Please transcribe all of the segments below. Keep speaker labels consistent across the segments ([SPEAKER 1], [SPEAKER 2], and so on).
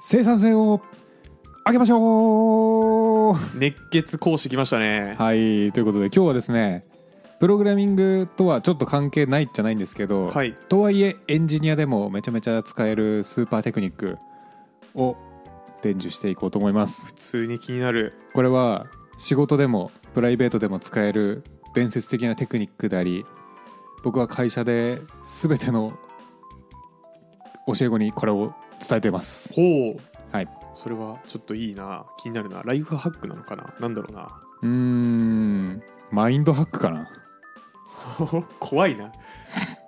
[SPEAKER 1] 生産性を上げましょう
[SPEAKER 2] 熱血講師来ましたね
[SPEAKER 1] はいということで今日はですねプログラミングとはちょっと関係ないじゃないんですけど、
[SPEAKER 2] はい
[SPEAKER 1] とはいえエンジニアでもめちゃめちゃ使えるスーパーテクニックを伝授していこうと思います
[SPEAKER 2] 普通に気になる
[SPEAKER 1] これは仕事でもプライベートでも使える伝説的なテクニックであり僕は会社で全ての教え子にこれを伝えています
[SPEAKER 2] ほう
[SPEAKER 1] はい
[SPEAKER 2] それはちょっといいな気になるなライフハックなのかななんだろうな
[SPEAKER 1] うーんマインドハックかな
[SPEAKER 2] 怖いな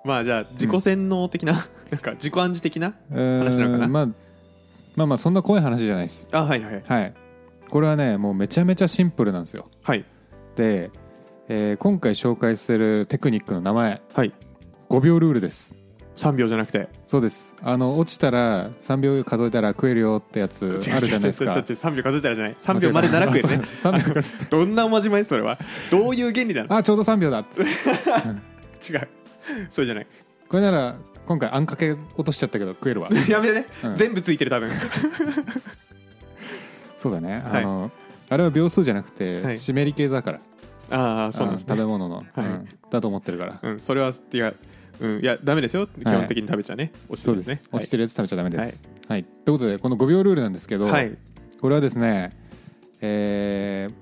[SPEAKER 2] まあじゃあ自己洗脳的な、なんか自己暗示的な話なのかな
[SPEAKER 1] うーんまあ、まあまあそんな怖い話じゃないです
[SPEAKER 2] あはいはい
[SPEAKER 1] はいこれはねもうめちゃめちゃシンプルなんですよ
[SPEAKER 2] はい
[SPEAKER 1] で、えー今回紹介するテクニックの名前
[SPEAKER 2] はい
[SPEAKER 1] 5秒ルールです
[SPEAKER 2] 3秒じゃなくて
[SPEAKER 1] そうですあの落ちたら3秒数えたら食えるよってやつあるじゃないですか
[SPEAKER 2] 3秒数えたらじゃない3秒までならくよね
[SPEAKER 1] 3秒数え
[SPEAKER 2] どんなおまじないそれはどういう原理なの
[SPEAKER 1] あちょうど3秒だ
[SPEAKER 2] 違う そうじゃない
[SPEAKER 1] これなら今回あんかけ落としちゃったけど食 えるわ
[SPEAKER 2] やめてね、
[SPEAKER 1] うん
[SPEAKER 2] 全部ついてる多分
[SPEAKER 1] そうだねあ
[SPEAKER 2] はい
[SPEAKER 1] の、あれは秒数じゃなくて、
[SPEAKER 2] はい
[SPEAKER 1] 湿り系だから
[SPEAKER 2] ああそうなん
[SPEAKER 1] あ
[SPEAKER 2] です
[SPEAKER 1] 食
[SPEAKER 2] ね
[SPEAKER 1] べ物の、
[SPEAKER 2] はい
[SPEAKER 1] うんだと思ってるから、
[SPEAKER 2] うん、それは、いや、うん、いや、ダメですよ。基本的に食べちゃね。落ちて
[SPEAKER 1] そう
[SPEAKER 2] るん
[SPEAKER 1] で
[SPEAKER 2] ですすね。
[SPEAKER 1] 落ちてるやつ食べちゃダメですはい、ということでこの5秒ルールなんですけど、
[SPEAKER 2] はい。はい。
[SPEAKER 1] これはですねえー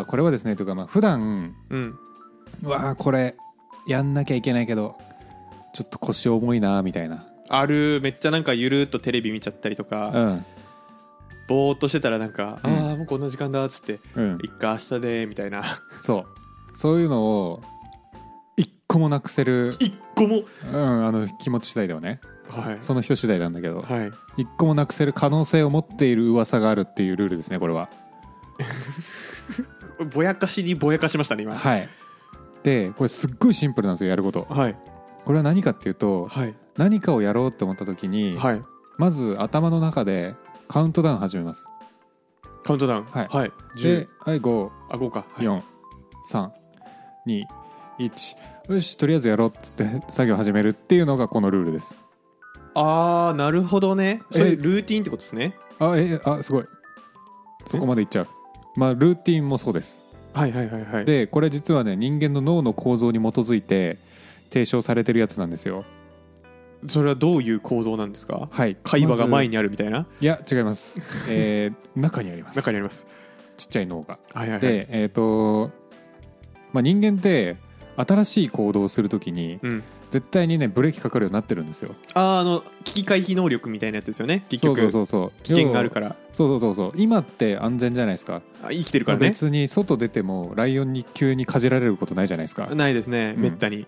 [SPEAKER 1] あこれはですねというかまあ普段
[SPEAKER 2] うん。
[SPEAKER 1] うわーこれやんなきゃいけないけどちょっと腰重いなーみたいな
[SPEAKER 2] ある、めっちゃなんかゆるっとテレビ見ちゃったりと
[SPEAKER 1] う
[SPEAKER 2] か、
[SPEAKER 1] ん
[SPEAKER 2] ぼーっとしてたらなんか、
[SPEAKER 1] うん
[SPEAKER 2] ああ、もうこんな時間だっつって、
[SPEAKER 1] うん
[SPEAKER 2] いっか、明日でみたいな。
[SPEAKER 1] そうそういうのを一個もなくせる、
[SPEAKER 2] 一個も。
[SPEAKER 1] うん、あの気持ち次第ではね
[SPEAKER 2] はい。
[SPEAKER 1] その人次第なんだけど
[SPEAKER 2] はい。
[SPEAKER 1] 一個もなくせる可能性を持っている噂があるっていうルールですねこれは
[SPEAKER 2] ぼやかしにぼやかしましたね、今。
[SPEAKER 1] はいでこれすっごいシンプルなんですよやること
[SPEAKER 2] はい。
[SPEAKER 1] これは何かっていうと
[SPEAKER 2] はい。
[SPEAKER 1] 何かをやろうって思った時に、
[SPEAKER 2] はい。
[SPEAKER 1] まず頭の中でカウントダウン始めます
[SPEAKER 2] カウントダウン。
[SPEAKER 1] はい
[SPEAKER 2] はい。
[SPEAKER 1] で
[SPEAKER 2] 10。
[SPEAKER 1] はい5
[SPEAKER 2] あ、5か。はい。
[SPEAKER 1] 4 3 2 1よしとりあえずやろうっつって作業始めるっていうのがこのルールです
[SPEAKER 2] あー、なるほどね。そ
[SPEAKER 1] え
[SPEAKER 2] れ、ルーティンってことですね。
[SPEAKER 1] あえあすごいそこまでいっちゃうまあルーティンもそうです
[SPEAKER 2] はいはいはいはい。
[SPEAKER 1] でこれ実はね人間の脳の構造に基づいて提唱されてるやつなんですよ
[SPEAKER 2] それはどういう構造なんですか
[SPEAKER 1] はい
[SPEAKER 2] 会話が前
[SPEAKER 1] に
[SPEAKER 2] にあるみたいな。
[SPEAKER 1] いや違い ます、えー中にあります
[SPEAKER 2] 中にあります。
[SPEAKER 1] ちっちゃい脳が
[SPEAKER 2] はいはいはい。
[SPEAKER 1] でえっ、と、まあ、人間って新しい行動をするときに
[SPEAKER 2] うん。
[SPEAKER 1] 絶対にねブレーキかかるようになってるんですよ
[SPEAKER 2] あーあの危機回避能力みたいなやつですよね結局
[SPEAKER 1] そうそうそうそう
[SPEAKER 2] 危険がある
[SPEAKER 1] ら
[SPEAKER 2] から
[SPEAKER 1] そうそうそうそう今って安全じゃないですか
[SPEAKER 2] あ生きてるからね
[SPEAKER 1] 別に外出てもライオンに急にかじられることないじゃないですか
[SPEAKER 2] ないですね
[SPEAKER 1] うん
[SPEAKER 2] めったに、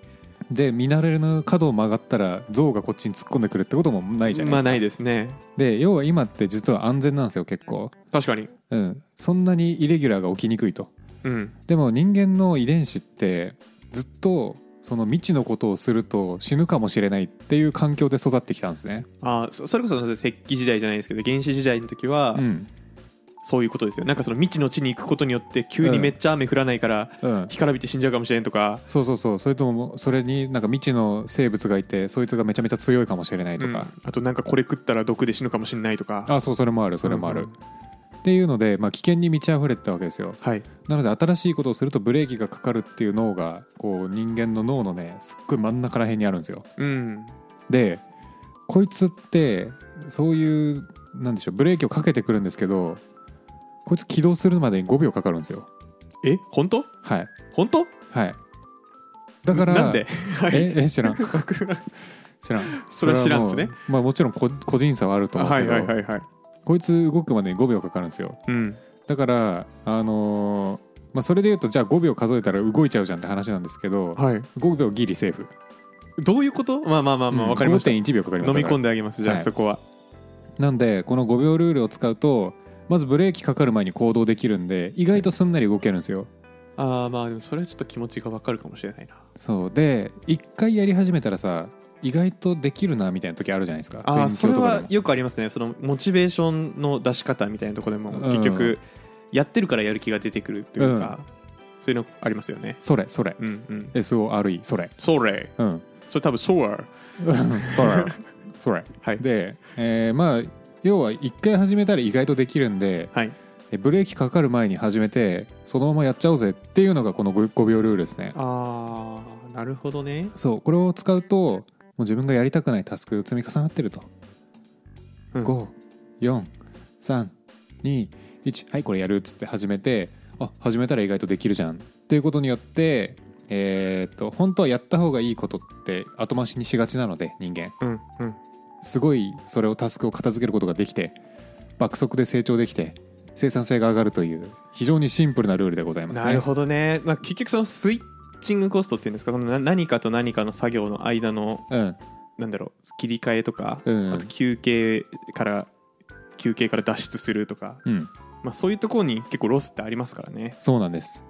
[SPEAKER 1] で見慣れぬ角を曲がったら象がこっちに突っ込んでくるってこともないじゃない
[SPEAKER 2] ま
[SPEAKER 1] で
[SPEAKER 2] あ
[SPEAKER 1] すか、
[SPEAKER 2] ないですね
[SPEAKER 1] で要は今って実は安全なんですよ結構、
[SPEAKER 2] 確かに
[SPEAKER 1] うん、そんなにイレギュラーが起きにくいと
[SPEAKER 2] うん
[SPEAKER 1] でも人間の遺伝子ってずっとその未知のことをすると死ぬかもしれないっていう環境で育ってきたんですね、
[SPEAKER 2] あーそそれこそ石器時代じゃないですけど原始時代の時は、
[SPEAKER 1] うん
[SPEAKER 2] そういうことですよなんかその未知の地に行くことによって急にめっちゃ雨降らないから、
[SPEAKER 1] うん、
[SPEAKER 2] 干からびて死んじゃうかもしれんとか
[SPEAKER 1] そうそうそうそれともそれになんか未知の生物がいてそいつがめちゃめちゃ強いかもしれないと
[SPEAKER 2] うん
[SPEAKER 1] か、
[SPEAKER 2] あとなんかこれ食ったら毒で死ぬかもしれないとか
[SPEAKER 1] あそうそれもあるそれもある、
[SPEAKER 2] うんうん
[SPEAKER 1] っていうので、まあ、危険に満ち溢れてたわけですよ
[SPEAKER 2] はい
[SPEAKER 1] なので新しいことをするとブレーキがかかるっていう脳がこう人間の脳のねすっごい真ん中ら辺にあるんですよ
[SPEAKER 2] うん
[SPEAKER 1] でこいつってそういうなんでしょうブレーキをかけてくるんですけどこいつ起動するまでに5秒かかるんですよ
[SPEAKER 2] え本当
[SPEAKER 1] はい
[SPEAKER 2] 本当
[SPEAKER 1] はいだから
[SPEAKER 2] なんで
[SPEAKER 1] ええ知らん知らん
[SPEAKER 2] それは知らんです
[SPEAKER 1] それは
[SPEAKER 2] ね
[SPEAKER 1] もうまあもちろんこ個人差はあると思う
[SPEAKER 2] は
[SPEAKER 1] け
[SPEAKER 2] い
[SPEAKER 1] ど、
[SPEAKER 2] はいはいはい
[SPEAKER 1] こいつ動くまでに5秒かかるんですよ
[SPEAKER 2] うん
[SPEAKER 1] だからあのーまあ、それで言うとじゃあ5秒数えたら動いちゃうじゃんって話なんですけど
[SPEAKER 2] はい
[SPEAKER 1] 5秒ギリセーフ
[SPEAKER 2] どういうことまあまあまあまあ、わかりました
[SPEAKER 1] 5.1秒かかります
[SPEAKER 2] 飲み込ん
[SPEAKER 1] で
[SPEAKER 2] であげますじゃあ、
[SPEAKER 1] はい
[SPEAKER 2] そこは
[SPEAKER 1] なんでこの5秒ルールを使うとまずブレーキかかる前に行動できるんで意外とすんなり動けるんですよ
[SPEAKER 2] ああまあでもそれはちょっと気持ちがわかるかもしれないな
[SPEAKER 1] そうで1回やり始めたらさ意外とできるなみたいな時あるじゃないですか
[SPEAKER 2] ああ
[SPEAKER 1] 勉
[SPEAKER 2] それ
[SPEAKER 1] 強とか
[SPEAKER 2] は
[SPEAKER 1] でも
[SPEAKER 2] よくありますねそのモチベーションの出し方みたいなところでも
[SPEAKER 1] うん
[SPEAKER 2] 結局やってるからやる気が出てくるというか、そういうのありますよね
[SPEAKER 1] それそれ
[SPEAKER 2] うんうん
[SPEAKER 1] SORE それ
[SPEAKER 2] それ
[SPEAKER 1] うん
[SPEAKER 2] それ多分ソア
[SPEAKER 1] それそれ
[SPEAKER 2] はい
[SPEAKER 1] で、えーまあ要は一回始めたら意外とできるんで
[SPEAKER 2] はい
[SPEAKER 1] えブレーキかかる前に始めてそのままやっちゃおうぜっていうのがこの 5, 秒ルールですね
[SPEAKER 2] あーなるほどね
[SPEAKER 1] そうこれを使うともう自分がやりたくないタスク積み重なってると、
[SPEAKER 2] うん
[SPEAKER 1] 54321はいこれやるっつって始めてあ始めたら意外とできるじゃんっていうことによってえーっと本当はやった方がいいことって後回しにしがちなので人間
[SPEAKER 2] うんうん
[SPEAKER 1] すごいそれをタスクを片付けることができて爆速で成長できて生産性が上がるという非常にシンプルなルールでございますね
[SPEAKER 2] なるほどね、まあ、結局そのスイッチングコストっていうんですかそのな何かと何かの作業の間の
[SPEAKER 1] うん
[SPEAKER 2] なんだろう切り替えとか、
[SPEAKER 1] うん
[SPEAKER 2] あと休憩から休憩から脱出するとか、
[SPEAKER 1] うん
[SPEAKER 2] まあ、そういうところに結構ロスってありますからね、
[SPEAKER 1] そうなんです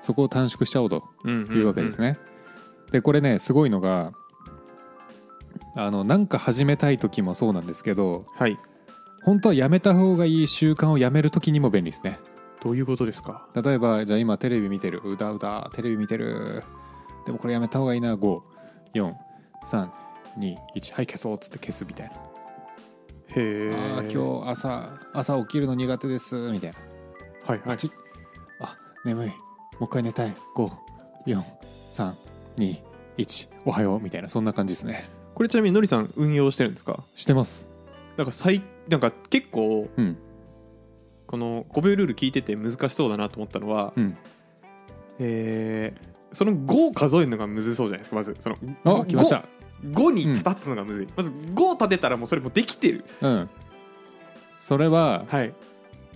[SPEAKER 1] そこを短縮しちゃおうと
[SPEAKER 2] うんんん
[SPEAKER 1] いうわけですね、でこれねすごいのがあのなんか始めたい時もそうなんですけど
[SPEAKER 2] はい
[SPEAKER 1] 本当はやめた方がいい習慣をやめる時にも便利ですね
[SPEAKER 2] どういうことですか
[SPEAKER 1] 例えばじゃあ今テレビ見てるうだうだテレビ見てるでもこれやめた方がいいな54321はい消そうっつって消すみたいな、
[SPEAKER 2] へえ
[SPEAKER 1] ああ今日朝朝起きるの苦手ですみたいな
[SPEAKER 2] はいはい
[SPEAKER 1] 8あ眠いもう一回寝たい54321おはようみたいなそんな感じですね
[SPEAKER 2] これちなみにのりさん運用してるんですか
[SPEAKER 1] してます
[SPEAKER 2] なんか最なんか結構
[SPEAKER 1] うん
[SPEAKER 2] この5秒ルール聞いてて難しそうだなと思ったのは、
[SPEAKER 1] うん
[SPEAKER 2] えーその5を数えるのがむずそうじゃないですかまずその
[SPEAKER 1] あ来ました
[SPEAKER 2] 5に立つのがむずい、まず5立てたらもうそれもうできてる
[SPEAKER 1] うんそれは
[SPEAKER 2] はい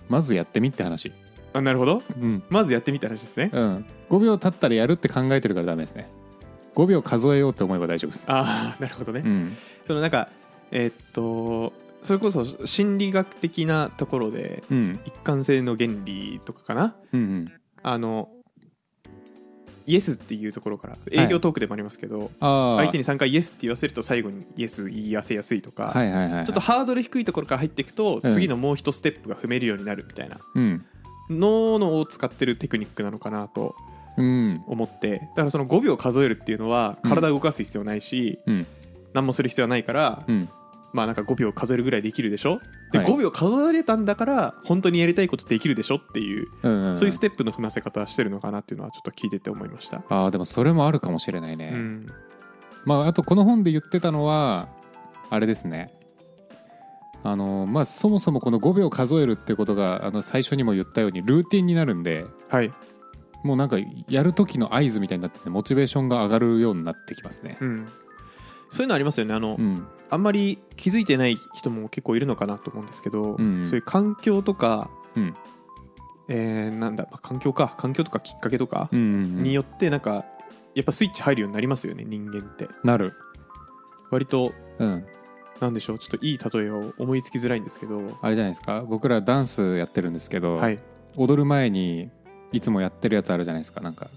[SPEAKER 1] まずやってみって話
[SPEAKER 2] あなるほど
[SPEAKER 1] うん
[SPEAKER 2] まずやってみた話ですね
[SPEAKER 1] うん5秒経ったらやるって考えてるからダメですね5秒数えようって思えば大丈夫です
[SPEAKER 2] ああなるほどね、
[SPEAKER 1] うん
[SPEAKER 2] そのなんかえーっとそれこそ心理学的なところで
[SPEAKER 1] うん
[SPEAKER 2] 一貫性の原理とかかな
[SPEAKER 1] うんうん
[SPEAKER 2] あのイエスっていうところから営業トークでもありますけど、
[SPEAKER 1] ああ
[SPEAKER 2] 相手
[SPEAKER 1] に
[SPEAKER 2] に3回イエスって言わせると最後にイエス言い合わせやすいとか、
[SPEAKER 1] はいはいはい
[SPEAKER 2] ちょっとハードル低いところから入っていくと、
[SPEAKER 1] うん
[SPEAKER 2] 次のもう一ステップが踏めるようになるみたいな
[SPEAKER 1] うん
[SPEAKER 2] ののを使ってるテクニックなのかなと
[SPEAKER 1] うん
[SPEAKER 2] 思ってだからその5秒数えるっていうのは
[SPEAKER 1] うん
[SPEAKER 2] 体を動かす必要ないし、
[SPEAKER 1] うん
[SPEAKER 2] 何もする必要はないから、
[SPEAKER 1] うん
[SPEAKER 2] まあなんか5秒数えるぐらいできるでしょで、
[SPEAKER 1] はい
[SPEAKER 2] 5秒数えれたんだから本当にやりたいことできるでしょっていう、
[SPEAKER 1] うん
[SPEAKER 2] そういうステップの踏ませ方してるのかなっていうのはちょっと聞いてて思いました。
[SPEAKER 1] ああでもそれもあるかもしれないね、
[SPEAKER 2] うん、
[SPEAKER 1] まあ、あとこの本で言ってたのはあれですねあのまあそもそもこの5秒数えるってことがあの最初にも言ったようにルーティンになるんで
[SPEAKER 2] はい、
[SPEAKER 1] もうなんかやる時の合図みたいになっててモチベーションが上がるようになってきますね
[SPEAKER 2] うん、そういうのありますよねあの、
[SPEAKER 1] うん
[SPEAKER 2] あんまり気づいてない人も結構いるのかなと思うんですけど、
[SPEAKER 1] うん
[SPEAKER 2] そういう環境とか、
[SPEAKER 1] うん
[SPEAKER 2] えーなんだ、まあ環境か環境とかきっかけとか
[SPEAKER 1] うんうん
[SPEAKER 2] に
[SPEAKER 1] うん
[SPEAKER 2] よってなんかやっぱスイッチ入るようになりますよね人間って
[SPEAKER 1] なる
[SPEAKER 2] 割と
[SPEAKER 1] うん
[SPEAKER 2] なんでしょうちょっといい例えを思いつきづらいんですけど
[SPEAKER 1] あれじゃないですか僕らダンスやってるんですけど、
[SPEAKER 2] はい
[SPEAKER 1] 踊る前にいつもやってるやつあるじゃないですかなんか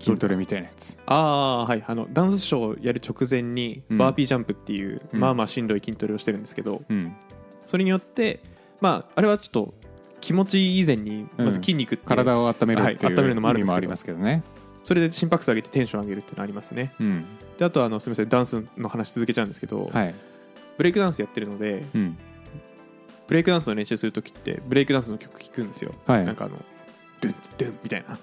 [SPEAKER 1] 筋トレみたいなやつ
[SPEAKER 2] ああはいあのダンスショーやる直前に
[SPEAKER 1] うん
[SPEAKER 2] バーピージャンプっていう、
[SPEAKER 1] うん
[SPEAKER 2] まあまあしんどい筋トレをしてるんですけど
[SPEAKER 1] うん
[SPEAKER 2] それによってまああれはちょっと気持ち以前にまず筋肉って、
[SPEAKER 1] 体を温めるってい
[SPEAKER 2] はいう温めるのもあ
[SPEAKER 1] 意
[SPEAKER 2] るん
[SPEAKER 1] 味
[SPEAKER 2] ですけど
[SPEAKER 1] もありますけどね、
[SPEAKER 2] それで心拍数上げてテンション上げるっていうのありますね
[SPEAKER 1] うん
[SPEAKER 2] であとはあのすみませんダンスの話続けちゃうんですけど、
[SPEAKER 1] はい、
[SPEAKER 2] ブレイクダンスやってるので
[SPEAKER 1] うん、
[SPEAKER 2] ブレイクダンスの練習するときってブレイクダンスの曲聴くんですよ、
[SPEAKER 1] はい
[SPEAKER 2] なんかあのドゥンドゥンみたいな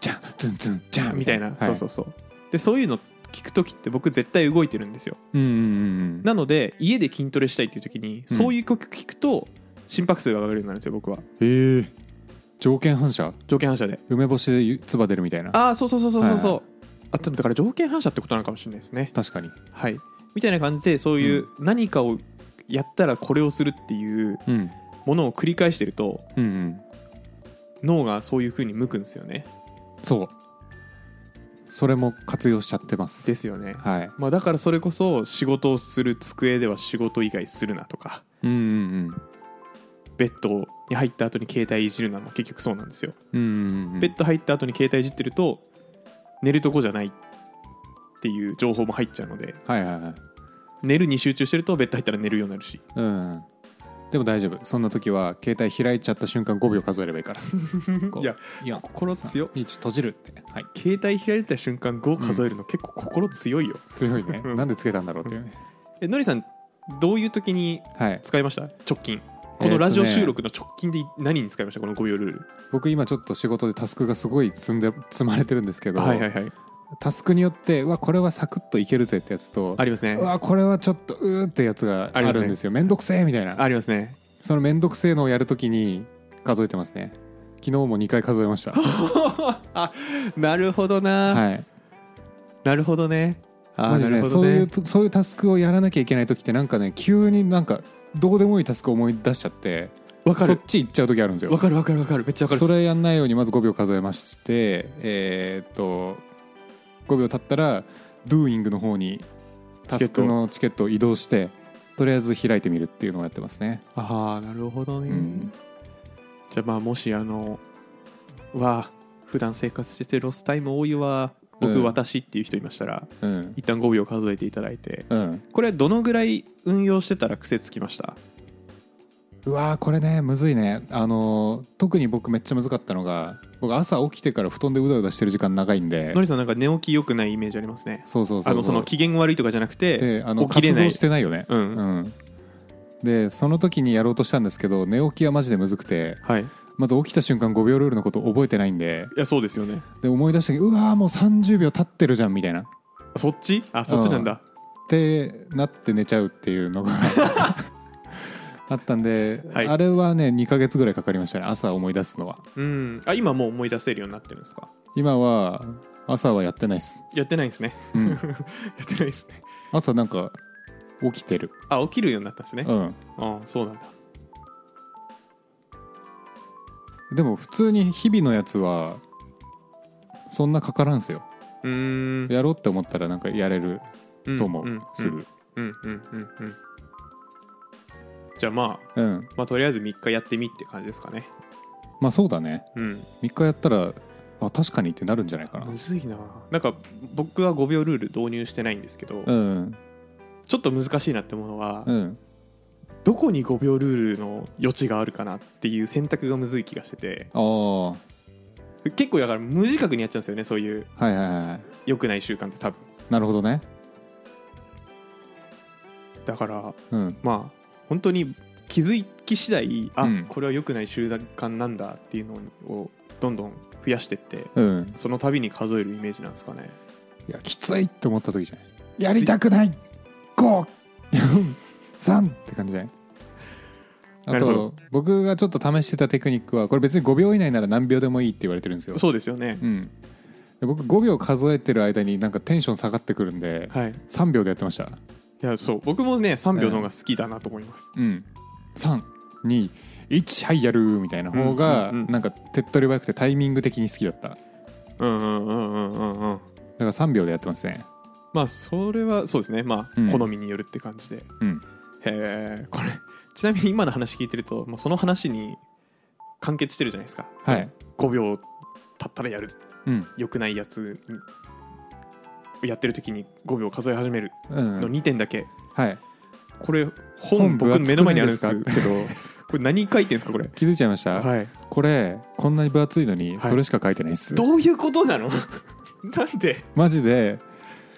[SPEAKER 1] じゃんツンツンじゃん
[SPEAKER 2] みたいな、そうそううそうでそういうの聞くときって僕絶対動いてるんですよ
[SPEAKER 1] うんうん
[SPEAKER 2] なので家で筋トレしたいっていうときに
[SPEAKER 1] うん
[SPEAKER 2] そういう曲聴くと心拍数が上がるようになるんですよ僕は
[SPEAKER 1] うんへえ条件反射
[SPEAKER 2] 条件反射で
[SPEAKER 1] 梅干しでゆ唾出るみたいな
[SPEAKER 2] ああそうそうそうそうそうそう、
[SPEAKER 1] は
[SPEAKER 2] あでもだから条件反射ってことなのかもしれないですね
[SPEAKER 1] 確かに
[SPEAKER 2] はいみたいな感じでそういう何かをやったらこれをするっていう
[SPEAKER 1] うん
[SPEAKER 2] ものを繰り返してると
[SPEAKER 1] うんうん
[SPEAKER 2] 脳がそういう風に向くんですよね
[SPEAKER 1] そうそれも活用しちゃってます
[SPEAKER 2] ですよね、
[SPEAKER 1] はい
[SPEAKER 2] まあ、だからそれこそ仕事をする机では仕事以外するなとか
[SPEAKER 1] うんうん
[SPEAKER 2] ベッドに入った後に携帯いじるなも結局そうなんですよ、
[SPEAKER 1] うんうんうんうん
[SPEAKER 2] ベッド入った後に携帯いじってると寝るとこじゃないっていう情報も入っちゃうので
[SPEAKER 1] はいはいはい
[SPEAKER 2] 寝るに集中してるとベッド入ったら寝るようになるし
[SPEAKER 1] うんでも大丈夫そんな時は携帯開いちゃった瞬間5秒数えればいいから
[SPEAKER 2] いや
[SPEAKER 1] や
[SPEAKER 2] 心強っ
[SPEAKER 1] 1閉じるってはい
[SPEAKER 2] 携帯開いた瞬間5数えるの結構心強いよ、
[SPEAKER 1] 強いね
[SPEAKER 2] うん
[SPEAKER 1] なんでつけたんだろうっていうね
[SPEAKER 2] えのりさんどういう時に
[SPEAKER 1] はい
[SPEAKER 2] 使いました直近このラジオ収録の直近で何に使いましたこの5秒ルール
[SPEAKER 1] 僕今ちょっと仕事でタスクがすごい積んで積まれてるんですけど、
[SPEAKER 2] はいはいはい
[SPEAKER 1] タスクによってうわこれはサクッといけるぜってやつと
[SPEAKER 2] ありますね
[SPEAKER 1] うわこれはちょっとうーってやつがあ
[SPEAKER 2] ありますね
[SPEAKER 1] るんですよめんどくせえみたいな
[SPEAKER 2] ありますね
[SPEAKER 1] そのめんどくせえのをやるときに数えてますね昨日も2回数えました
[SPEAKER 2] あなるほどな、
[SPEAKER 1] はい
[SPEAKER 2] なるほどねあ
[SPEAKER 1] マ
[SPEAKER 2] ー
[SPEAKER 1] ジ
[SPEAKER 2] な
[SPEAKER 1] で
[SPEAKER 2] る
[SPEAKER 1] ね
[SPEAKER 2] ほ
[SPEAKER 1] そ
[SPEAKER 2] ど
[SPEAKER 1] ういう
[SPEAKER 2] ね
[SPEAKER 1] とそういうタスクをやらなきゃいけない時ってなんかね急になんかどうでもいいタスクを思い出しちゃって
[SPEAKER 2] わか
[SPEAKER 1] そっ
[SPEAKER 2] る
[SPEAKER 1] ち行っちゃう時あるんです
[SPEAKER 2] わ
[SPEAKER 1] よ
[SPEAKER 2] かるわかるわかるめっちゃわかる
[SPEAKER 1] それやんないようにまず5秒数えましてえーっと5秒経ったら Doing の方にタスクのチケットを移動してとりあえず開いてみるっていうのをやってますね、
[SPEAKER 2] ああなるほど
[SPEAKER 1] う
[SPEAKER 2] ね、
[SPEAKER 1] ん、
[SPEAKER 2] じゃあまあもしあのわあ普段生活しててロスタイム多いわ僕、
[SPEAKER 1] うん
[SPEAKER 2] 私っていう人いましたら
[SPEAKER 1] うん
[SPEAKER 2] 一旦5秒数えていただいて
[SPEAKER 1] うん
[SPEAKER 2] これはどのぐらい運用してたら癖つきました
[SPEAKER 1] うわーこれねむずいねあのー特に僕めっちゃ難かったのが僕朝起きてから布団でうだうだしてる時間長いんで
[SPEAKER 2] のりさんなんか寝起き良くないイメージありますね
[SPEAKER 1] そうそうそうそう
[SPEAKER 2] あのその機嫌悪いとかじゃなくて
[SPEAKER 1] であの
[SPEAKER 2] 起きれ
[SPEAKER 1] 活
[SPEAKER 2] ない
[SPEAKER 1] 動してないよね
[SPEAKER 2] うん
[SPEAKER 1] うんでその時にやろうとしたんですけど寝起きはマジでむずくて
[SPEAKER 2] はいい
[SPEAKER 1] まず起きた瞬間5秒ルールのこと覚えてないんで
[SPEAKER 2] やそうですよね
[SPEAKER 1] で思い出したけどうわーもう30秒経ってるじゃんみたいなっ
[SPEAKER 2] あそっちあそっちなんだ
[SPEAKER 1] てなって寝ちゃうっていう のがあったんで、
[SPEAKER 2] はい
[SPEAKER 1] あれはね2ヶ月ぐらいかかりましたね朝思い出すのは
[SPEAKER 2] うんあ今もう思い出せるようになってるんですか
[SPEAKER 1] 今は朝はやってないです、
[SPEAKER 2] やってないんですね
[SPEAKER 1] うん
[SPEAKER 2] やってないですね
[SPEAKER 1] 朝なんか起きてる
[SPEAKER 2] あ起きるようになったんですね
[SPEAKER 1] うん
[SPEAKER 2] あそうなんだ
[SPEAKER 1] でも普通に日々のやつはそんなかからんすよ
[SPEAKER 2] うーん
[SPEAKER 1] やろうって思ったらなんかやれると思う、
[SPEAKER 2] んん
[SPEAKER 1] すぐ
[SPEAKER 2] うんうんうんうんじゃあまあ
[SPEAKER 1] うん、
[SPEAKER 2] まあとりあえず3日やってみって感じですかね
[SPEAKER 1] まあそうだね
[SPEAKER 2] うん
[SPEAKER 1] 3日やったらあ確かにってなるんじゃないかな
[SPEAKER 2] むずいななんか僕は5秒ルール導入してないんですけど、
[SPEAKER 1] うん
[SPEAKER 2] ちょっと難しいなってものは、
[SPEAKER 1] うん
[SPEAKER 2] どこに5秒ルールの余地があるかなっていう選択がむずい気がしてて
[SPEAKER 1] ああはい
[SPEAKER 2] 結構だから無自覚にやっちゃうんですよねそういう
[SPEAKER 1] はいはい
[SPEAKER 2] 良くない習慣って多分
[SPEAKER 1] なるほどね
[SPEAKER 2] だから
[SPEAKER 1] うん
[SPEAKER 2] まあ本当に気づき次第あ、
[SPEAKER 1] うん
[SPEAKER 2] これは良くない習慣なんだっていうのをどんどん増やしてって
[SPEAKER 1] うん
[SPEAKER 2] その度に数えるイメージなんですかね
[SPEAKER 1] いやきついって思った時じゃないやりたくない543って感じじゃないあ
[SPEAKER 2] なるほ
[SPEAKER 1] と
[SPEAKER 2] ど
[SPEAKER 1] 僕がちょっと試してたテクニックはこれ別に5秒以内なら何秒でもいいって言われてるんですよ、
[SPEAKER 2] そうですよね、
[SPEAKER 1] うん、で僕5秒数えてる間になんかテンション下がってくるんで
[SPEAKER 2] はいい
[SPEAKER 1] 3秒でやってました
[SPEAKER 2] やそう僕もね3秒の方が好きだなと思います、
[SPEAKER 1] うん、321はいやるみたいな方が
[SPEAKER 2] うんうんうん
[SPEAKER 1] なんか手っ取り早くてタイミング的に好きだっただか
[SPEAKER 2] うんうんうんうんうんうん
[SPEAKER 1] ら3秒でやってますね
[SPEAKER 2] まあそれはそうですねま
[SPEAKER 1] うん
[SPEAKER 2] あ好みによるって感じで、へ
[SPEAKER 1] うん
[SPEAKER 2] えこれちなみに今の話聞いてると、まあ、その話に完結してるじゃないですか
[SPEAKER 1] はい
[SPEAKER 2] 5秒経ったらやる
[SPEAKER 1] うん
[SPEAKER 2] 良くないやつにやってる時に5秒数え始める
[SPEAKER 1] うん
[SPEAKER 2] の2点だけ、
[SPEAKER 1] はい
[SPEAKER 2] これ
[SPEAKER 1] 本
[SPEAKER 2] 本
[SPEAKER 1] 分厚
[SPEAKER 2] 僕
[SPEAKER 1] く
[SPEAKER 2] 目の前にあるんです
[SPEAKER 1] ない
[SPEAKER 2] け
[SPEAKER 1] で
[SPEAKER 2] ど
[SPEAKER 1] すか
[SPEAKER 2] これ何書いてんですかこれ
[SPEAKER 1] 気づいちゃいました、
[SPEAKER 2] はい
[SPEAKER 1] これこんなに分厚いのに
[SPEAKER 2] はい
[SPEAKER 1] それしか書いてないっす、
[SPEAKER 2] どういうことなの なんで
[SPEAKER 1] マジで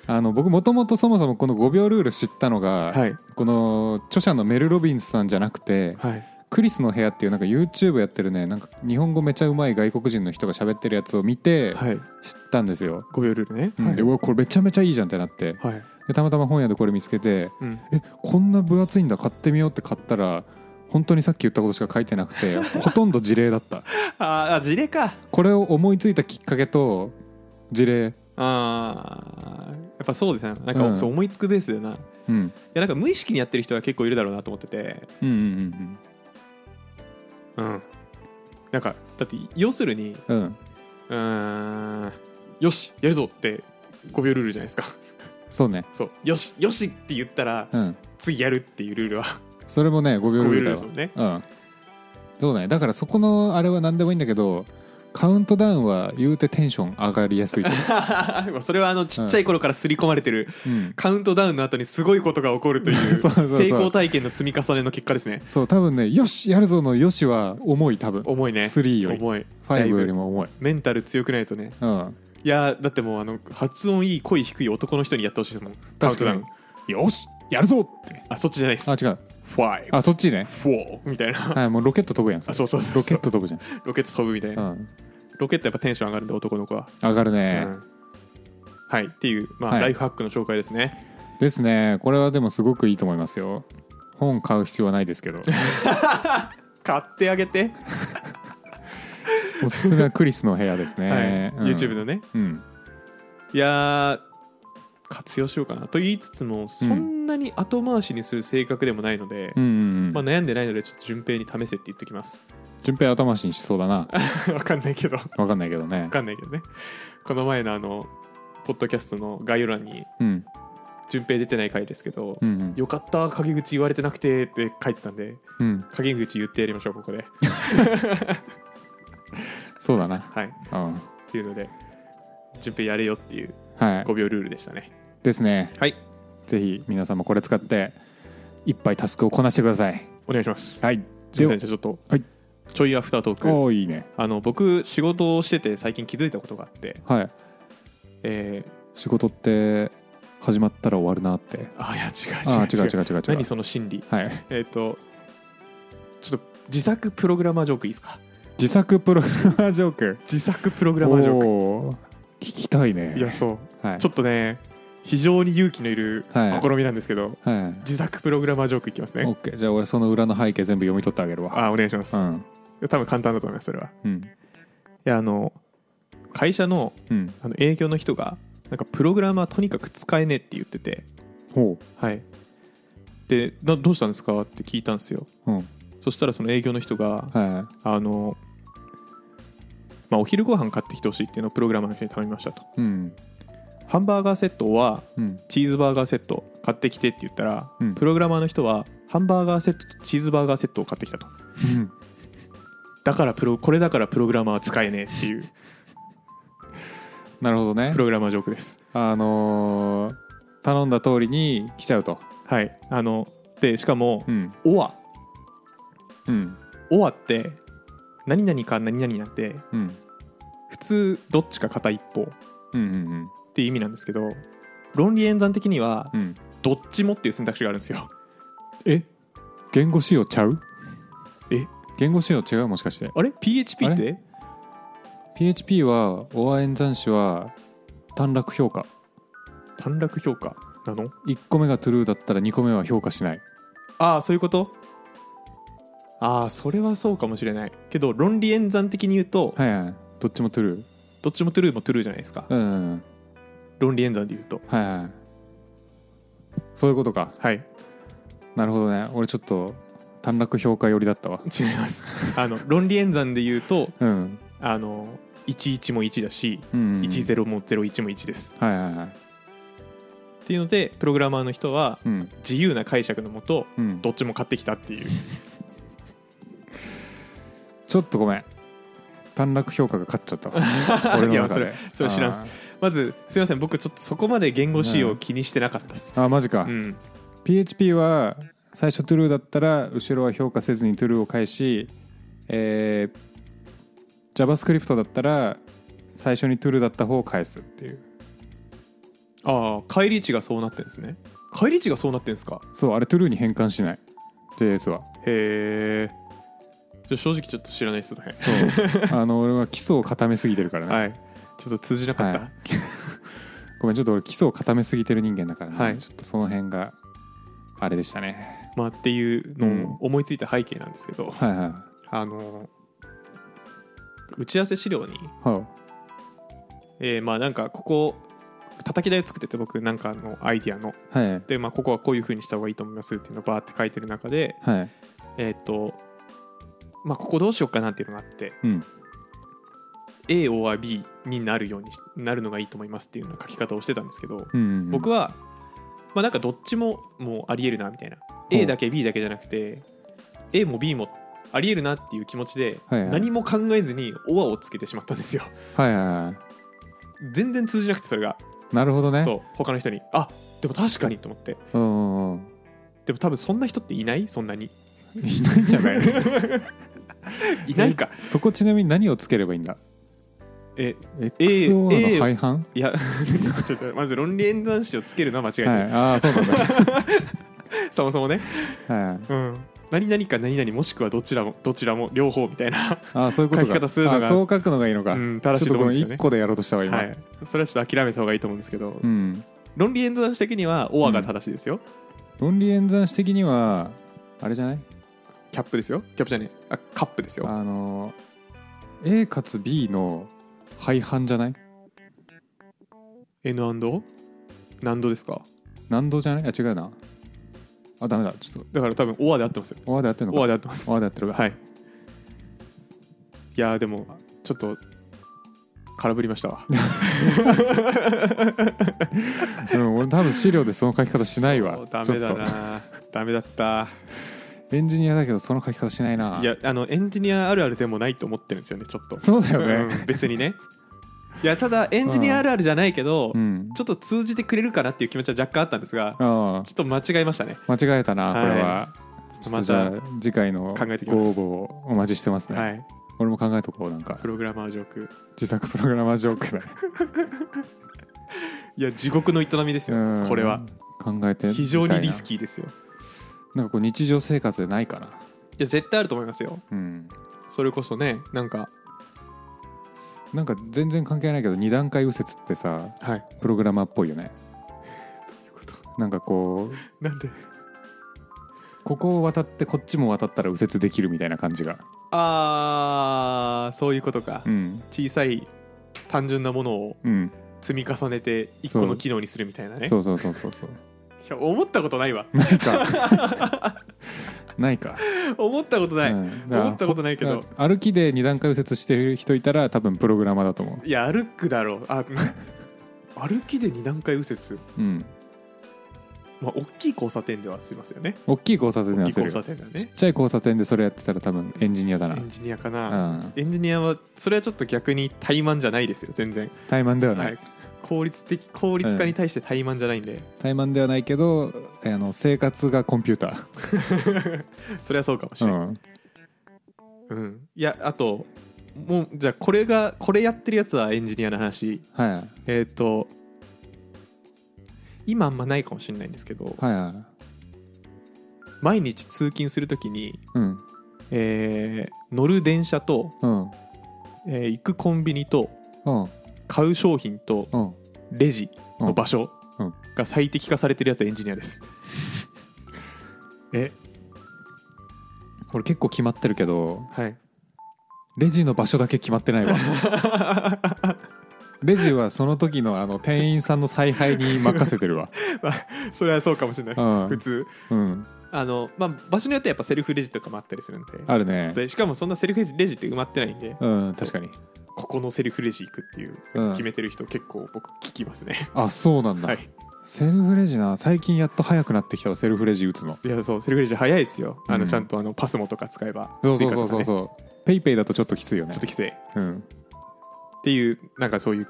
[SPEAKER 1] あの僕もともとそもそもこの5秒ルール知ったのが、
[SPEAKER 2] はい
[SPEAKER 1] この著者のメル・ロビンスさんじゃなくて
[SPEAKER 2] はい
[SPEAKER 1] クリスの部屋っていうなんか YouTube やってるねなんか日本語めちゃうまい外国人の人が喋ってるやつを見て
[SPEAKER 2] はい
[SPEAKER 1] 知ったんですよ、
[SPEAKER 2] 5秒ルールね、
[SPEAKER 1] うん
[SPEAKER 2] は
[SPEAKER 1] で
[SPEAKER 2] いう
[SPEAKER 1] わこれめちゃめちゃいいじゃんってなって
[SPEAKER 2] はい
[SPEAKER 1] でたまたま本屋でこれ見つけて
[SPEAKER 2] うん、
[SPEAKER 1] えこんな分厚いんだ買ってみようって買ったら本当にさっき言ったことしか書いてなくてほとんど事例だった
[SPEAKER 2] ああ事例か
[SPEAKER 1] これを思いついたきっかけと事例
[SPEAKER 2] あーやっぱそうですねなん
[SPEAKER 1] う
[SPEAKER 2] か
[SPEAKER 1] ん
[SPEAKER 2] そう思いつくベースだよな、い
[SPEAKER 1] うん
[SPEAKER 2] やなんか無意識にやってる人は結構いるだろうなと思ってて
[SPEAKER 1] うんうん
[SPEAKER 2] うんなんかだって要するに
[SPEAKER 1] うんうんうん
[SPEAKER 2] うーんよしやるぞって5秒ルールじゃないですか
[SPEAKER 1] そうね
[SPEAKER 2] そうよしよしって言ったら
[SPEAKER 1] うん
[SPEAKER 2] 次やるっていうルールは
[SPEAKER 1] それもね5秒
[SPEAKER 2] 5秒
[SPEAKER 1] ルール
[SPEAKER 2] ルール
[SPEAKER 1] だ
[SPEAKER 2] で
[SPEAKER 1] よ
[SPEAKER 2] すもんね
[SPEAKER 1] うんそうねだからそこのあれは何でもいいんだけどカウントダウンは言うてテンション上がりやすいと
[SPEAKER 2] まあそれはあのちっちゃい頃から刷り込まれてる、
[SPEAKER 1] うん
[SPEAKER 2] カウントダウンの後にすごいことが起こるという
[SPEAKER 1] そうそうそう
[SPEAKER 2] 成功体験の積み重ねの結果ですね
[SPEAKER 1] そう多分ねよしやるぞのよしは重い多分
[SPEAKER 2] 重いね
[SPEAKER 1] 3より
[SPEAKER 2] 重いだい
[SPEAKER 1] 5
[SPEAKER 2] ぶ
[SPEAKER 1] よりも重い
[SPEAKER 2] メンタル強くないとね
[SPEAKER 1] うん
[SPEAKER 2] いやーだってもうあの発音いい声低い男の人にやってほしいですもんカウン
[SPEAKER 1] 確
[SPEAKER 2] ト
[SPEAKER 1] か
[SPEAKER 2] ダウ
[SPEAKER 1] に
[SPEAKER 2] ンよし
[SPEAKER 1] やるぞって
[SPEAKER 2] あそっちじゃないです
[SPEAKER 1] あ違う
[SPEAKER 2] ファイブ
[SPEAKER 1] あそっちね
[SPEAKER 2] フォーみたいな
[SPEAKER 1] はいもうロケット飛ぶやんれ
[SPEAKER 2] あそうそうそ
[SPEAKER 1] ロ
[SPEAKER 2] う
[SPEAKER 1] ケット飛ぶ じゃ
[SPEAKER 2] ロケット飛ぶみたいな、
[SPEAKER 1] ん、うん、
[SPEAKER 2] ロケットやっぱテンション上がるんで男の子は、
[SPEAKER 1] 上がる
[SPEAKER 2] う
[SPEAKER 1] ね、
[SPEAKER 2] ん、はいっていう、まあ
[SPEAKER 1] はい
[SPEAKER 2] ライフハックの紹介ですね
[SPEAKER 1] ですねこれはでもすごくいいと思いますよ本買う必要はないです けど
[SPEAKER 2] 買ってあげて、
[SPEAKER 1] おすすめはクリスの部屋ですね、
[SPEAKER 2] はい YouTube のね
[SPEAKER 1] うん、うん
[SPEAKER 2] いやー活用しようかなと言いつつもそんなに後回しにする性格でもないので、
[SPEAKER 1] うんうん
[SPEAKER 2] まあ、悩んでないのでちょっと順平に試せって言ってきます
[SPEAKER 1] 順平頭しにしそうだな
[SPEAKER 2] わかんないけどわ
[SPEAKER 1] わかんないけどね
[SPEAKER 2] かんないけどねこの前のあのポッドキャストの概要欄に
[SPEAKER 1] うん
[SPEAKER 2] 順平出てない回ですけど、
[SPEAKER 1] うんうん
[SPEAKER 2] よかった陰口言われてなくてって書いてたんで
[SPEAKER 1] うん
[SPEAKER 2] 陰口言ってやりましょうここで
[SPEAKER 1] そうだな
[SPEAKER 2] はい
[SPEAKER 1] うん
[SPEAKER 2] っていうので順平やれよっていう
[SPEAKER 1] はい
[SPEAKER 2] 5秒ルールでしたね
[SPEAKER 1] ですね
[SPEAKER 2] はい
[SPEAKER 1] ぜひ皆さんもこれ使っていっぱいタスクをこなしてください
[SPEAKER 2] お願いします
[SPEAKER 1] はい
[SPEAKER 2] すい
[SPEAKER 1] で
[SPEAKER 2] ませ
[SPEAKER 1] は
[SPEAKER 2] んじゃあちょっと、
[SPEAKER 1] はい
[SPEAKER 2] ちょいアフタートーク
[SPEAKER 1] おーいいね
[SPEAKER 2] あの僕仕事をしてて最近気づいたことがあって、
[SPEAKER 1] はい
[SPEAKER 2] え
[SPEAKER 1] 仕事って始まったら終わるなって
[SPEAKER 2] ー、あいや違
[SPEAKER 1] ああ
[SPEAKER 2] う違
[SPEAKER 1] 違
[SPEAKER 2] う違
[SPEAKER 1] う
[SPEAKER 2] う違う
[SPEAKER 1] 違う違う違う
[SPEAKER 2] 何その心理
[SPEAKER 1] はい
[SPEAKER 2] えっ、とちょっと自作プログラマージョークいいですか
[SPEAKER 1] 自作プログラマージョーク
[SPEAKER 2] 自作プログラマージョー
[SPEAKER 1] おー聞きたいね
[SPEAKER 2] クいやそう、
[SPEAKER 1] はい
[SPEAKER 2] ちょっとね非常に勇気のいる
[SPEAKER 1] はい
[SPEAKER 2] 試みなんですけど、
[SPEAKER 1] はい
[SPEAKER 2] 自作プログラマージョークいきますね
[SPEAKER 1] オッケーじゃあ俺その裏の背景全部読み取ってあげるわ
[SPEAKER 2] あお願いします、
[SPEAKER 1] うん
[SPEAKER 2] 多分簡単だと思いますそれは
[SPEAKER 1] うん
[SPEAKER 2] いやあの会社の
[SPEAKER 1] うん
[SPEAKER 2] あの営業の人がなんかプログラマーとにかく使えねえって言ってて
[SPEAKER 1] ほ
[SPEAKER 2] はいでなどうしたんですかって聞いたんですよ
[SPEAKER 1] ううん
[SPEAKER 2] そしたらその営業の人が
[SPEAKER 1] は
[SPEAKER 2] あの、まあ、お昼ご飯買ってきてほしいっていうのをプログラマーの人に頼みましたと
[SPEAKER 1] いうん
[SPEAKER 2] ハンバーガーセットは
[SPEAKER 1] うん
[SPEAKER 2] チーズバーガーセット買ってきてって言ったら、
[SPEAKER 1] うん
[SPEAKER 2] プログラマーの人はハンバーガーセットとチーズバーガーセットを買ってきたと
[SPEAKER 1] うん
[SPEAKER 2] だからプロこれだからプログラマーは使えねえっていう
[SPEAKER 1] なるほどね
[SPEAKER 2] プログラマージョークです
[SPEAKER 1] あのー頼んだ通りに来ちゃうと
[SPEAKER 2] はいあのでしかも
[SPEAKER 1] うん
[SPEAKER 2] 「オア
[SPEAKER 1] うん
[SPEAKER 2] オアって何々か何々なんて
[SPEAKER 1] うん
[SPEAKER 2] 普通どっちか片一方っ
[SPEAKER 1] うんうん
[SPEAKER 2] ていう意味なんですけど論理演算的には
[SPEAKER 1] うんうん
[SPEAKER 2] どっちもっていう選択肢があるんですよ
[SPEAKER 1] え言語仕様ちゃう
[SPEAKER 2] え
[SPEAKER 1] 言語仕様違うもしかして
[SPEAKER 2] あれ PHP
[SPEAKER 1] あ
[SPEAKER 2] っ
[SPEAKER 1] れ
[SPEAKER 2] て
[SPEAKER 1] PHP はオア演算子は短絡評価
[SPEAKER 2] 短絡評価なの
[SPEAKER 1] 1個目がトゥルーだったら2個目は評価しない
[SPEAKER 2] ああそういうことああそれはそうかもしれないけど論理演算的に言うと
[SPEAKER 1] はいはいどっちもトゥルー
[SPEAKER 2] どっちもトゥルーもトゥルーじゃないですか
[SPEAKER 1] うんうんうん
[SPEAKER 2] 論理演算で言うと
[SPEAKER 1] はいはいそういうことか
[SPEAKER 2] はい
[SPEAKER 1] なるほどね俺ちょっと短絡評価寄りだったわ
[SPEAKER 2] 違います あの論理演算で言うと
[SPEAKER 1] うん
[SPEAKER 2] あの11も1だし
[SPEAKER 1] うんうんうん
[SPEAKER 2] 10も01も1です
[SPEAKER 1] はいはいはい
[SPEAKER 2] っていうのでプログラマーの人は
[SPEAKER 1] うん
[SPEAKER 2] 自由な解釈のもと
[SPEAKER 1] うん
[SPEAKER 2] どっちも買ってきたっていう
[SPEAKER 1] ちょっとごめん短絡評価が勝っちゃった わ俺
[SPEAKER 2] い
[SPEAKER 1] の
[SPEAKER 2] や
[SPEAKER 1] 中
[SPEAKER 2] そ
[SPEAKER 1] で
[SPEAKER 2] れそれ知らんすまずすいません僕ちょっとそこまで言語仕様を気にしてなかったっす、
[SPEAKER 1] あーあーマジか、
[SPEAKER 2] うん
[SPEAKER 1] PHP は最初トゥルーだったら後ろは評価せずにトゥルーを返し、えー JavaScript だったら最初にトゥルーだった方を返すっていう
[SPEAKER 2] ああ返り値がそうなってるんですね返り値がそうなってるんですか
[SPEAKER 1] そうあれトゥルーに変換しない JS は
[SPEAKER 2] へえじゃあ正直ちょっと知らないっすね
[SPEAKER 1] そう あの俺は基礎を固めすぎてるからね、
[SPEAKER 2] はいちょっと通じなかった、
[SPEAKER 1] はごめんちょっと俺基礎を固めすぎてる人間だからね、
[SPEAKER 2] はい
[SPEAKER 1] ちょっとその辺があれでしたね
[SPEAKER 2] まあっていうのを思いついた背景なんですけど、
[SPEAKER 1] はいはい
[SPEAKER 2] あの打ち合わせ資料に、
[SPEAKER 1] は
[SPEAKER 2] えーまあなんかここ叩き台を作ってて僕なんかのアイディアの
[SPEAKER 1] あはい
[SPEAKER 2] でまあここはこういう風にした方がいいと思いますっていうのをバーって書いてる中で
[SPEAKER 1] はい
[SPEAKER 2] えーっ、とまあここどうしようかなっていうのがあって
[SPEAKER 1] うん
[SPEAKER 2] A or B になるようにしなるのがいいと思いますっていうような書き方をしてたんですけど
[SPEAKER 1] うんうん
[SPEAKER 2] 僕
[SPEAKER 1] は
[SPEAKER 2] はまあなんかどっちももうありえるなみたいな
[SPEAKER 1] う
[SPEAKER 2] A だけ B だけじゃなくて A も B もありえるなっていう気持ちで
[SPEAKER 1] はいはい
[SPEAKER 2] 何も考えずに「オア」をつけてしまったんですよ
[SPEAKER 1] はいはいはい
[SPEAKER 2] 全然通じなくてそれが
[SPEAKER 1] なるほどね
[SPEAKER 2] そう他の人にあでも確かにと思って
[SPEAKER 1] うんうんうん
[SPEAKER 2] でも多分そんな人っていないそんなに
[SPEAKER 1] いないんじゃない
[SPEAKER 2] いないか
[SPEAKER 1] そこちなみに何をつければいいんだ
[SPEAKER 2] え
[SPEAKER 1] XO
[SPEAKER 2] え
[SPEAKER 1] の廃反、
[SPEAKER 2] いやちょっとまず論理演算子をつけるのは間違えて
[SPEAKER 1] は
[SPEAKER 2] る、
[SPEAKER 1] い、ああそうなんだ
[SPEAKER 2] そもそもね、
[SPEAKER 1] は
[SPEAKER 2] うん、何々か何々もしくはどちらもどちらも両方みたいな、
[SPEAKER 1] い、 あそういうことか
[SPEAKER 2] 書き方するのが
[SPEAKER 1] あそう書くのがいいのか、
[SPEAKER 2] うん、正し
[SPEAKER 1] ち
[SPEAKER 2] い
[SPEAKER 1] ょっと
[SPEAKER 2] と
[SPEAKER 1] こ
[SPEAKER 2] 思う
[SPEAKER 1] の
[SPEAKER 2] んですよね
[SPEAKER 1] 1個でやろうとしたわ今、
[SPEAKER 2] はい、それはちょっと諦めた方がいいと思うんですけど、
[SPEAKER 1] うん、
[SPEAKER 2] 論理演算子的には「オア」が正しいですよ、
[SPEAKER 1] 論理演算子的にはあれじゃない
[SPEAKER 2] キャップですよキャップじゃねえあカップですよ
[SPEAKER 1] あの A かつ B の廃反じゃない
[SPEAKER 2] N& 何度ですか
[SPEAKER 1] 何度じゃないあ違うなあダメだちょっと
[SPEAKER 2] だから多分「オア」で合ってますよ
[SPEAKER 1] オアでやってる
[SPEAKER 2] 「
[SPEAKER 1] のか
[SPEAKER 2] オア」で合ってます
[SPEAKER 1] オアでやってる
[SPEAKER 2] はいいやーでもちょっと空振りまし たわ
[SPEAKER 1] うん俺多分資料でその書き方しないわ
[SPEAKER 2] そうダ
[SPEAKER 1] ちょ
[SPEAKER 2] メ
[SPEAKER 1] っ
[SPEAKER 2] だ
[SPEAKER 1] と
[SPEAKER 2] なダメだった
[SPEAKER 1] エンジニアだけどその書き方しないない
[SPEAKER 2] やあのエンジニアあるあるでもないと思ってるんですよねちょっと
[SPEAKER 1] そうだよね、
[SPEAKER 2] うん別にねいやただエンジニアあるあるじゃないけど、
[SPEAKER 1] うん
[SPEAKER 2] ちょっと通じてくれるかなっていう気持ちは若干あったんですが、
[SPEAKER 1] あ
[SPEAKER 2] ちょっと間違えましたね
[SPEAKER 1] あ間違えたな、
[SPEAKER 2] はい
[SPEAKER 1] これは
[SPEAKER 2] ち
[SPEAKER 1] ちょ
[SPEAKER 2] ょっと
[SPEAKER 1] っと
[SPEAKER 2] ま
[SPEAKER 1] じゃあ
[SPEAKER 2] た
[SPEAKER 1] 次回の
[SPEAKER 2] 考えてき
[SPEAKER 1] ご
[SPEAKER 2] ま
[SPEAKER 1] 応
[SPEAKER 2] す
[SPEAKER 1] 募をお待ちしてますね、
[SPEAKER 2] はい
[SPEAKER 1] 俺も考えとこうなんか
[SPEAKER 2] プログラマージョーク
[SPEAKER 1] 自作プログラマージョークだね
[SPEAKER 2] いや地獄の営みですよ、
[SPEAKER 1] うん
[SPEAKER 2] これは
[SPEAKER 1] 考えてみたいな
[SPEAKER 2] 非常にリスキーですよ
[SPEAKER 1] なんかこう日常生活でないかない
[SPEAKER 2] や絶対あると思いますよ
[SPEAKER 1] うん
[SPEAKER 2] それこそねなんか
[SPEAKER 1] なんか全然関係ないけど二段階右折ってさ
[SPEAKER 2] はい
[SPEAKER 1] プログラマーっぽいよねなんかこう
[SPEAKER 2] なんで
[SPEAKER 1] ここを渡ってこっちも渡ったら右折できるみたいな感じが
[SPEAKER 2] あーそういうことか、
[SPEAKER 1] うん
[SPEAKER 2] 小さい単純なものを
[SPEAKER 1] うん
[SPEAKER 2] 積み重ねて一個の機能にするみたいなね
[SPEAKER 1] そうそうそうそうそう
[SPEAKER 2] いや思ったことないわ
[SPEAKER 1] ないか ないか
[SPEAKER 2] 思ったことない、
[SPEAKER 1] うんだから
[SPEAKER 2] 思ったことないけど
[SPEAKER 1] だから歩きで二段階右折してる人いたら多分プログラマーだと思
[SPEAKER 2] いや歩くだろうあ 歩きで2段階右折
[SPEAKER 1] ううん
[SPEAKER 2] まあ大きい交差点ではすいますよね
[SPEAKER 1] 大きい交差点で
[SPEAKER 2] 大き
[SPEAKER 1] はす
[SPEAKER 2] い
[SPEAKER 1] る
[SPEAKER 2] 交
[SPEAKER 1] よ
[SPEAKER 2] 差点だ
[SPEAKER 1] ちっ
[SPEAKER 2] ね
[SPEAKER 1] ちゃい交差点でそれやってたら多分エンジニアだな
[SPEAKER 2] エンジニアかな、
[SPEAKER 1] うん
[SPEAKER 2] エンジニアはそれはちょっと逆に怠慢じゃないですよ全然、
[SPEAKER 1] 怠慢では
[SPEAKER 2] は
[SPEAKER 1] ない
[SPEAKER 2] い、効率的効率化に対して怠慢じゃないんで、
[SPEAKER 1] 怠慢ではないけどあの生活がコンピュータ
[SPEAKER 2] それはそうかもし
[SPEAKER 1] ー、
[SPEAKER 2] れ
[SPEAKER 1] う
[SPEAKER 2] ない、
[SPEAKER 1] ん、
[SPEAKER 2] うんいやあともうじゃあこれがこれやってるやつはエンジニアの話
[SPEAKER 1] はい
[SPEAKER 2] えっ、と今あんまないかもしれないんですけど
[SPEAKER 1] はいはい
[SPEAKER 2] 毎日通勤するときに、
[SPEAKER 1] うん
[SPEAKER 2] えー乗る電車と、
[SPEAKER 1] うん
[SPEAKER 2] えー行くコンビニと
[SPEAKER 1] うん
[SPEAKER 2] 買う商品と
[SPEAKER 1] うん
[SPEAKER 2] レジの場所
[SPEAKER 1] うんうん
[SPEAKER 2] が最適化されてるやつはエンジニ アです、え
[SPEAKER 1] これ結構決まってるけど
[SPEAKER 2] はい
[SPEAKER 1] レジの場所だけ決まって ないわレジはその時のあの店員さんの采配に任せてるわ
[SPEAKER 2] それはそうかもしれないです
[SPEAKER 1] うん
[SPEAKER 2] 普通
[SPEAKER 1] うん
[SPEAKER 2] あの、まあ、場所によってやっぱセルフレジとかもあったりするんで
[SPEAKER 1] あるね
[SPEAKER 2] でしかもそんなセルフレジレジって埋まってないんで
[SPEAKER 1] うん確かに、
[SPEAKER 2] ここのセルフレジ行くっていう
[SPEAKER 1] うん
[SPEAKER 2] 決めてる人結構僕聞きますね、
[SPEAKER 1] あそうなんだ、
[SPEAKER 2] はい
[SPEAKER 1] セルフレジな最近やっと早くなってきたわセルフレジ打つの
[SPEAKER 2] いやそうセルフレジ早いですよあの、
[SPEAKER 1] うん
[SPEAKER 2] ちゃんとあのパスモとか使えば
[SPEAKER 1] そう
[SPEAKER 2] スイ
[SPEAKER 1] そうそ
[SPEAKER 2] カと
[SPEAKER 1] う
[SPEAKER 2] か
[SPEAKER 1] そう
[SPEAKER 2] ねち
[SPEAKER 1] そ
[SPEAKER 2] ょ
[SPEAKER 1] うペイペイだとちょっときついよね
[SPEAKER 2] っと規制
[SPEAKER 1] うん
[SPEAKER 2] っていうなんかそういう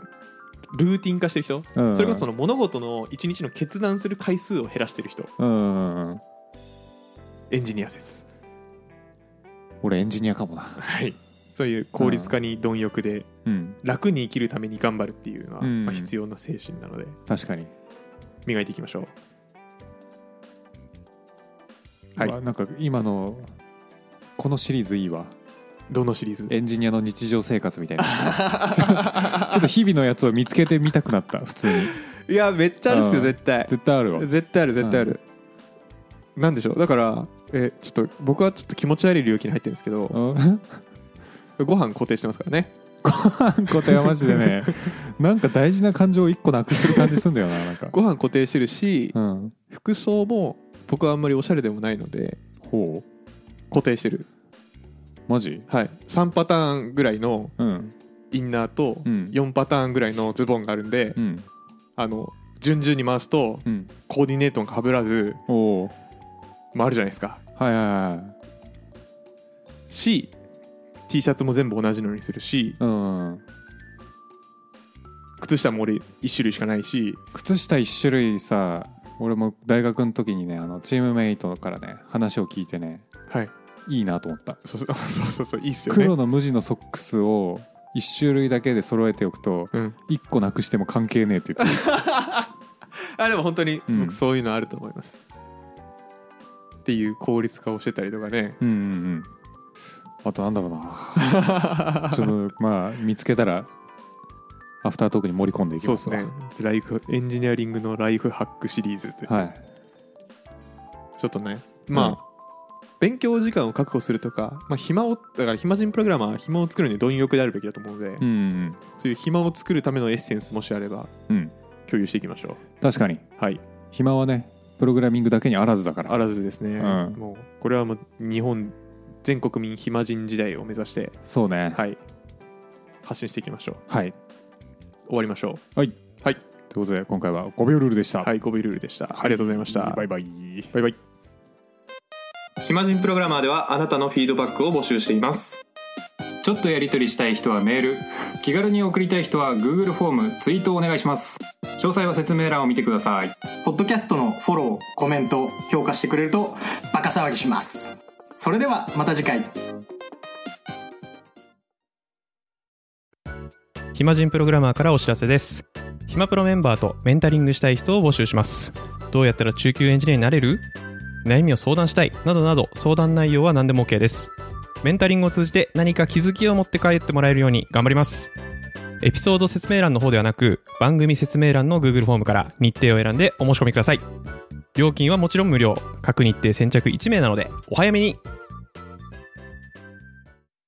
[SPEAKER 2] ルーティン化してる人、
[SPEAKER 1] うん
[SPEAKER 2] それこそその物事の一日の決断する回数を減らしてる人
[SPEAKER 1] うんうんうん
[SPEAKER 2] エンジニア説
[SPEAKER 1] 俺エンジニアかもな
[SPEAKER 2] はいそういう効率化に貪欲で
[SPEAKER 1] うん
[SPEAKER 2] 楽に生きるために頑張るっていうのは、
[SPEAKER 1] うん
[SPEAKER 2] まあ、必要な精神なので
[SPEAKER 1] 確かに
[SPEAKER 2] 磨いていきましょうは
[SPEAKER 1] はいいなんか今のこのシリーズいいわ
[SPEAKER 2] どのシリーズ
[SPEAKER 1] エンジニアの日常生活みたいな ちょちょっと日々のやつを見つけてみたくなった普通に
[SPEAKER 2] いやめっちゃあるっす
[SPEAKER 1] う
[SPEAKER 2] よ
[SPEAKER 1] ん
[SPEAKER 2] 絶対
[SPEAKER 1] 絶対あるわ
[SPEAKER 2] 絶対ある絶対ある、なんでしょうだからえちょっと僕はちょっと気持ち悪い領域に入ってるんですけど
[SPEAKER 1] うん
[SPEAKER 2] ご飯固定してますからね
[SPEAKER 1] ご飯固定はマジでねなんか大事な感情を一個なくしてる感じすんだよななんか
[SPEAKER 2] ご飯固定してるし、
[SPEAKER 1] うん
[SPEAKER 2] 服装も僕はあんまりおしゃれでもないので
[SPEAKER 1] ほう
[SPEAKER 2] 固定してる
[SPEAKER 1] マジ
[SPEAKER 2] はい3パターンぐらいの
[SPEAKER 1] うん
[SPEAKER 2] インナーと
[SPEAKER 1] うん
[SPEAKER 2] 4パターンぐらいのズボンがあるんで、
[SPEAKER 1] うん
[SPEAKER 2] あの順々に回すと
[SPEAKER 1] うん
[SPEAKER 2] コーディネートがかぶらず
[SPEAKER 1] おお
[SPEAKER 2] 回るじゃないですか
[SPEAKER 1] はいはいは
[SPEAKER 2] し T シャツも全部同じのにするし
[SPEAKER 1] いうん
[SPEAKER 2] 靴下も俺1種類しかないし
[SPEAKER 1] 靴下一種類さ俺も大学の時にねあのチームメイトからね話を聞いてね
[SPEAKER 2] はい
[SPEAKER 1] いいなと思った
[SPEAKER 2] そう そうそうそういいっすよね
[SPEAKER 1] 黒の無地のソックスを1種類だけで揃えておくと
[SPEAKER 2] うん、
[SPEAKER 1] 1個なくしても関係ねえって言って
[SPEAKER 2] あでも本当に
[SPEAKER 1] うん
[SPEAKER 2] 僕そういうのあると思います、っていう効率化をしてたりとかね
[SPEAKER 1] うんうんうんあとなんだろうな ちょっとまあ見つけたらアフタートークに盛り込んでいき
[SPEAKER 2] そ
[SPEAKER 1] ま
[SPEAKER 2] うですす
[SPEAKER 1] わ
[SPEAKER 2] ねライフエンジニアリングのライフハックシリーズという
[SPEAKER 1] はい
[SPEAKER 2] ちょっとねまあ、
[SPEAKER 1] うん
[SPEAKER 2] 勉強時間を確保するとか、まあ、暇をだから暇人プログラマーは暇を作るのに貪欲であるべきだと思うので、
[SPEAKER 1] うんうん
[SPEAKER 2] そういう暇を作るためのエッセンスもしあれば
[SPEAKER 1] うんうん
[SPEAKER 2] 共有していきましょ
[SPEAKER 1] 確かに
[SPEAKER 2] うはい
[SPEAKER 1] 暇はねプログラミングだけにあらずだから
[SPEAKER 2] あらずですね、
[SPEAKER 1] うん
[SPEAKER 2] もうこれはもう日本全国民暇人時代を目指して
[SPEAKER 1] そうね
[SPEAKER 2] はい発信していきましょう
[SPEAKER 1] はい
[SPEAKER 2] 終わりましょ
[SPEAKER 1] はい
[SPEAKER 2] はい
[SPEAKER 1] ということで今回は5秒ルールでした
[SPEAKER 2] うはい5ビルールでしたありがとうございました、
[SPEAKER 1] バイバイ
[SPEAKER 2] バイバイ暇人プログラマーではあなたのフィードバックを募集しています
[SPEAKER 3] ちょっとやり取りしたい人はメール気軽に送りたい人は Google フォームツイートをお願いします詳細は説明欄を見てください
[SPEAKER 4] ポッドキャストのフォロー、コメント、評価してくれるとバカ騒ぎします。それではまた次回。
[SPEAKER 5] 暇人プログラマーからお知らせです暇プロメンバーとメンタリングしたい人を募集しますどうやったら中級エンジニアになれる悩みを相談したいなどなど相談内容は何でも OK ですメンタリングを通じて何か気づきを持って帰ってもらえるように頑張りますエピソード説明欄の方ではなく番組説明欄の Google フォームから日程を選んでお申し込みください料金はもちろん無料各日程先着1名なのでお早めに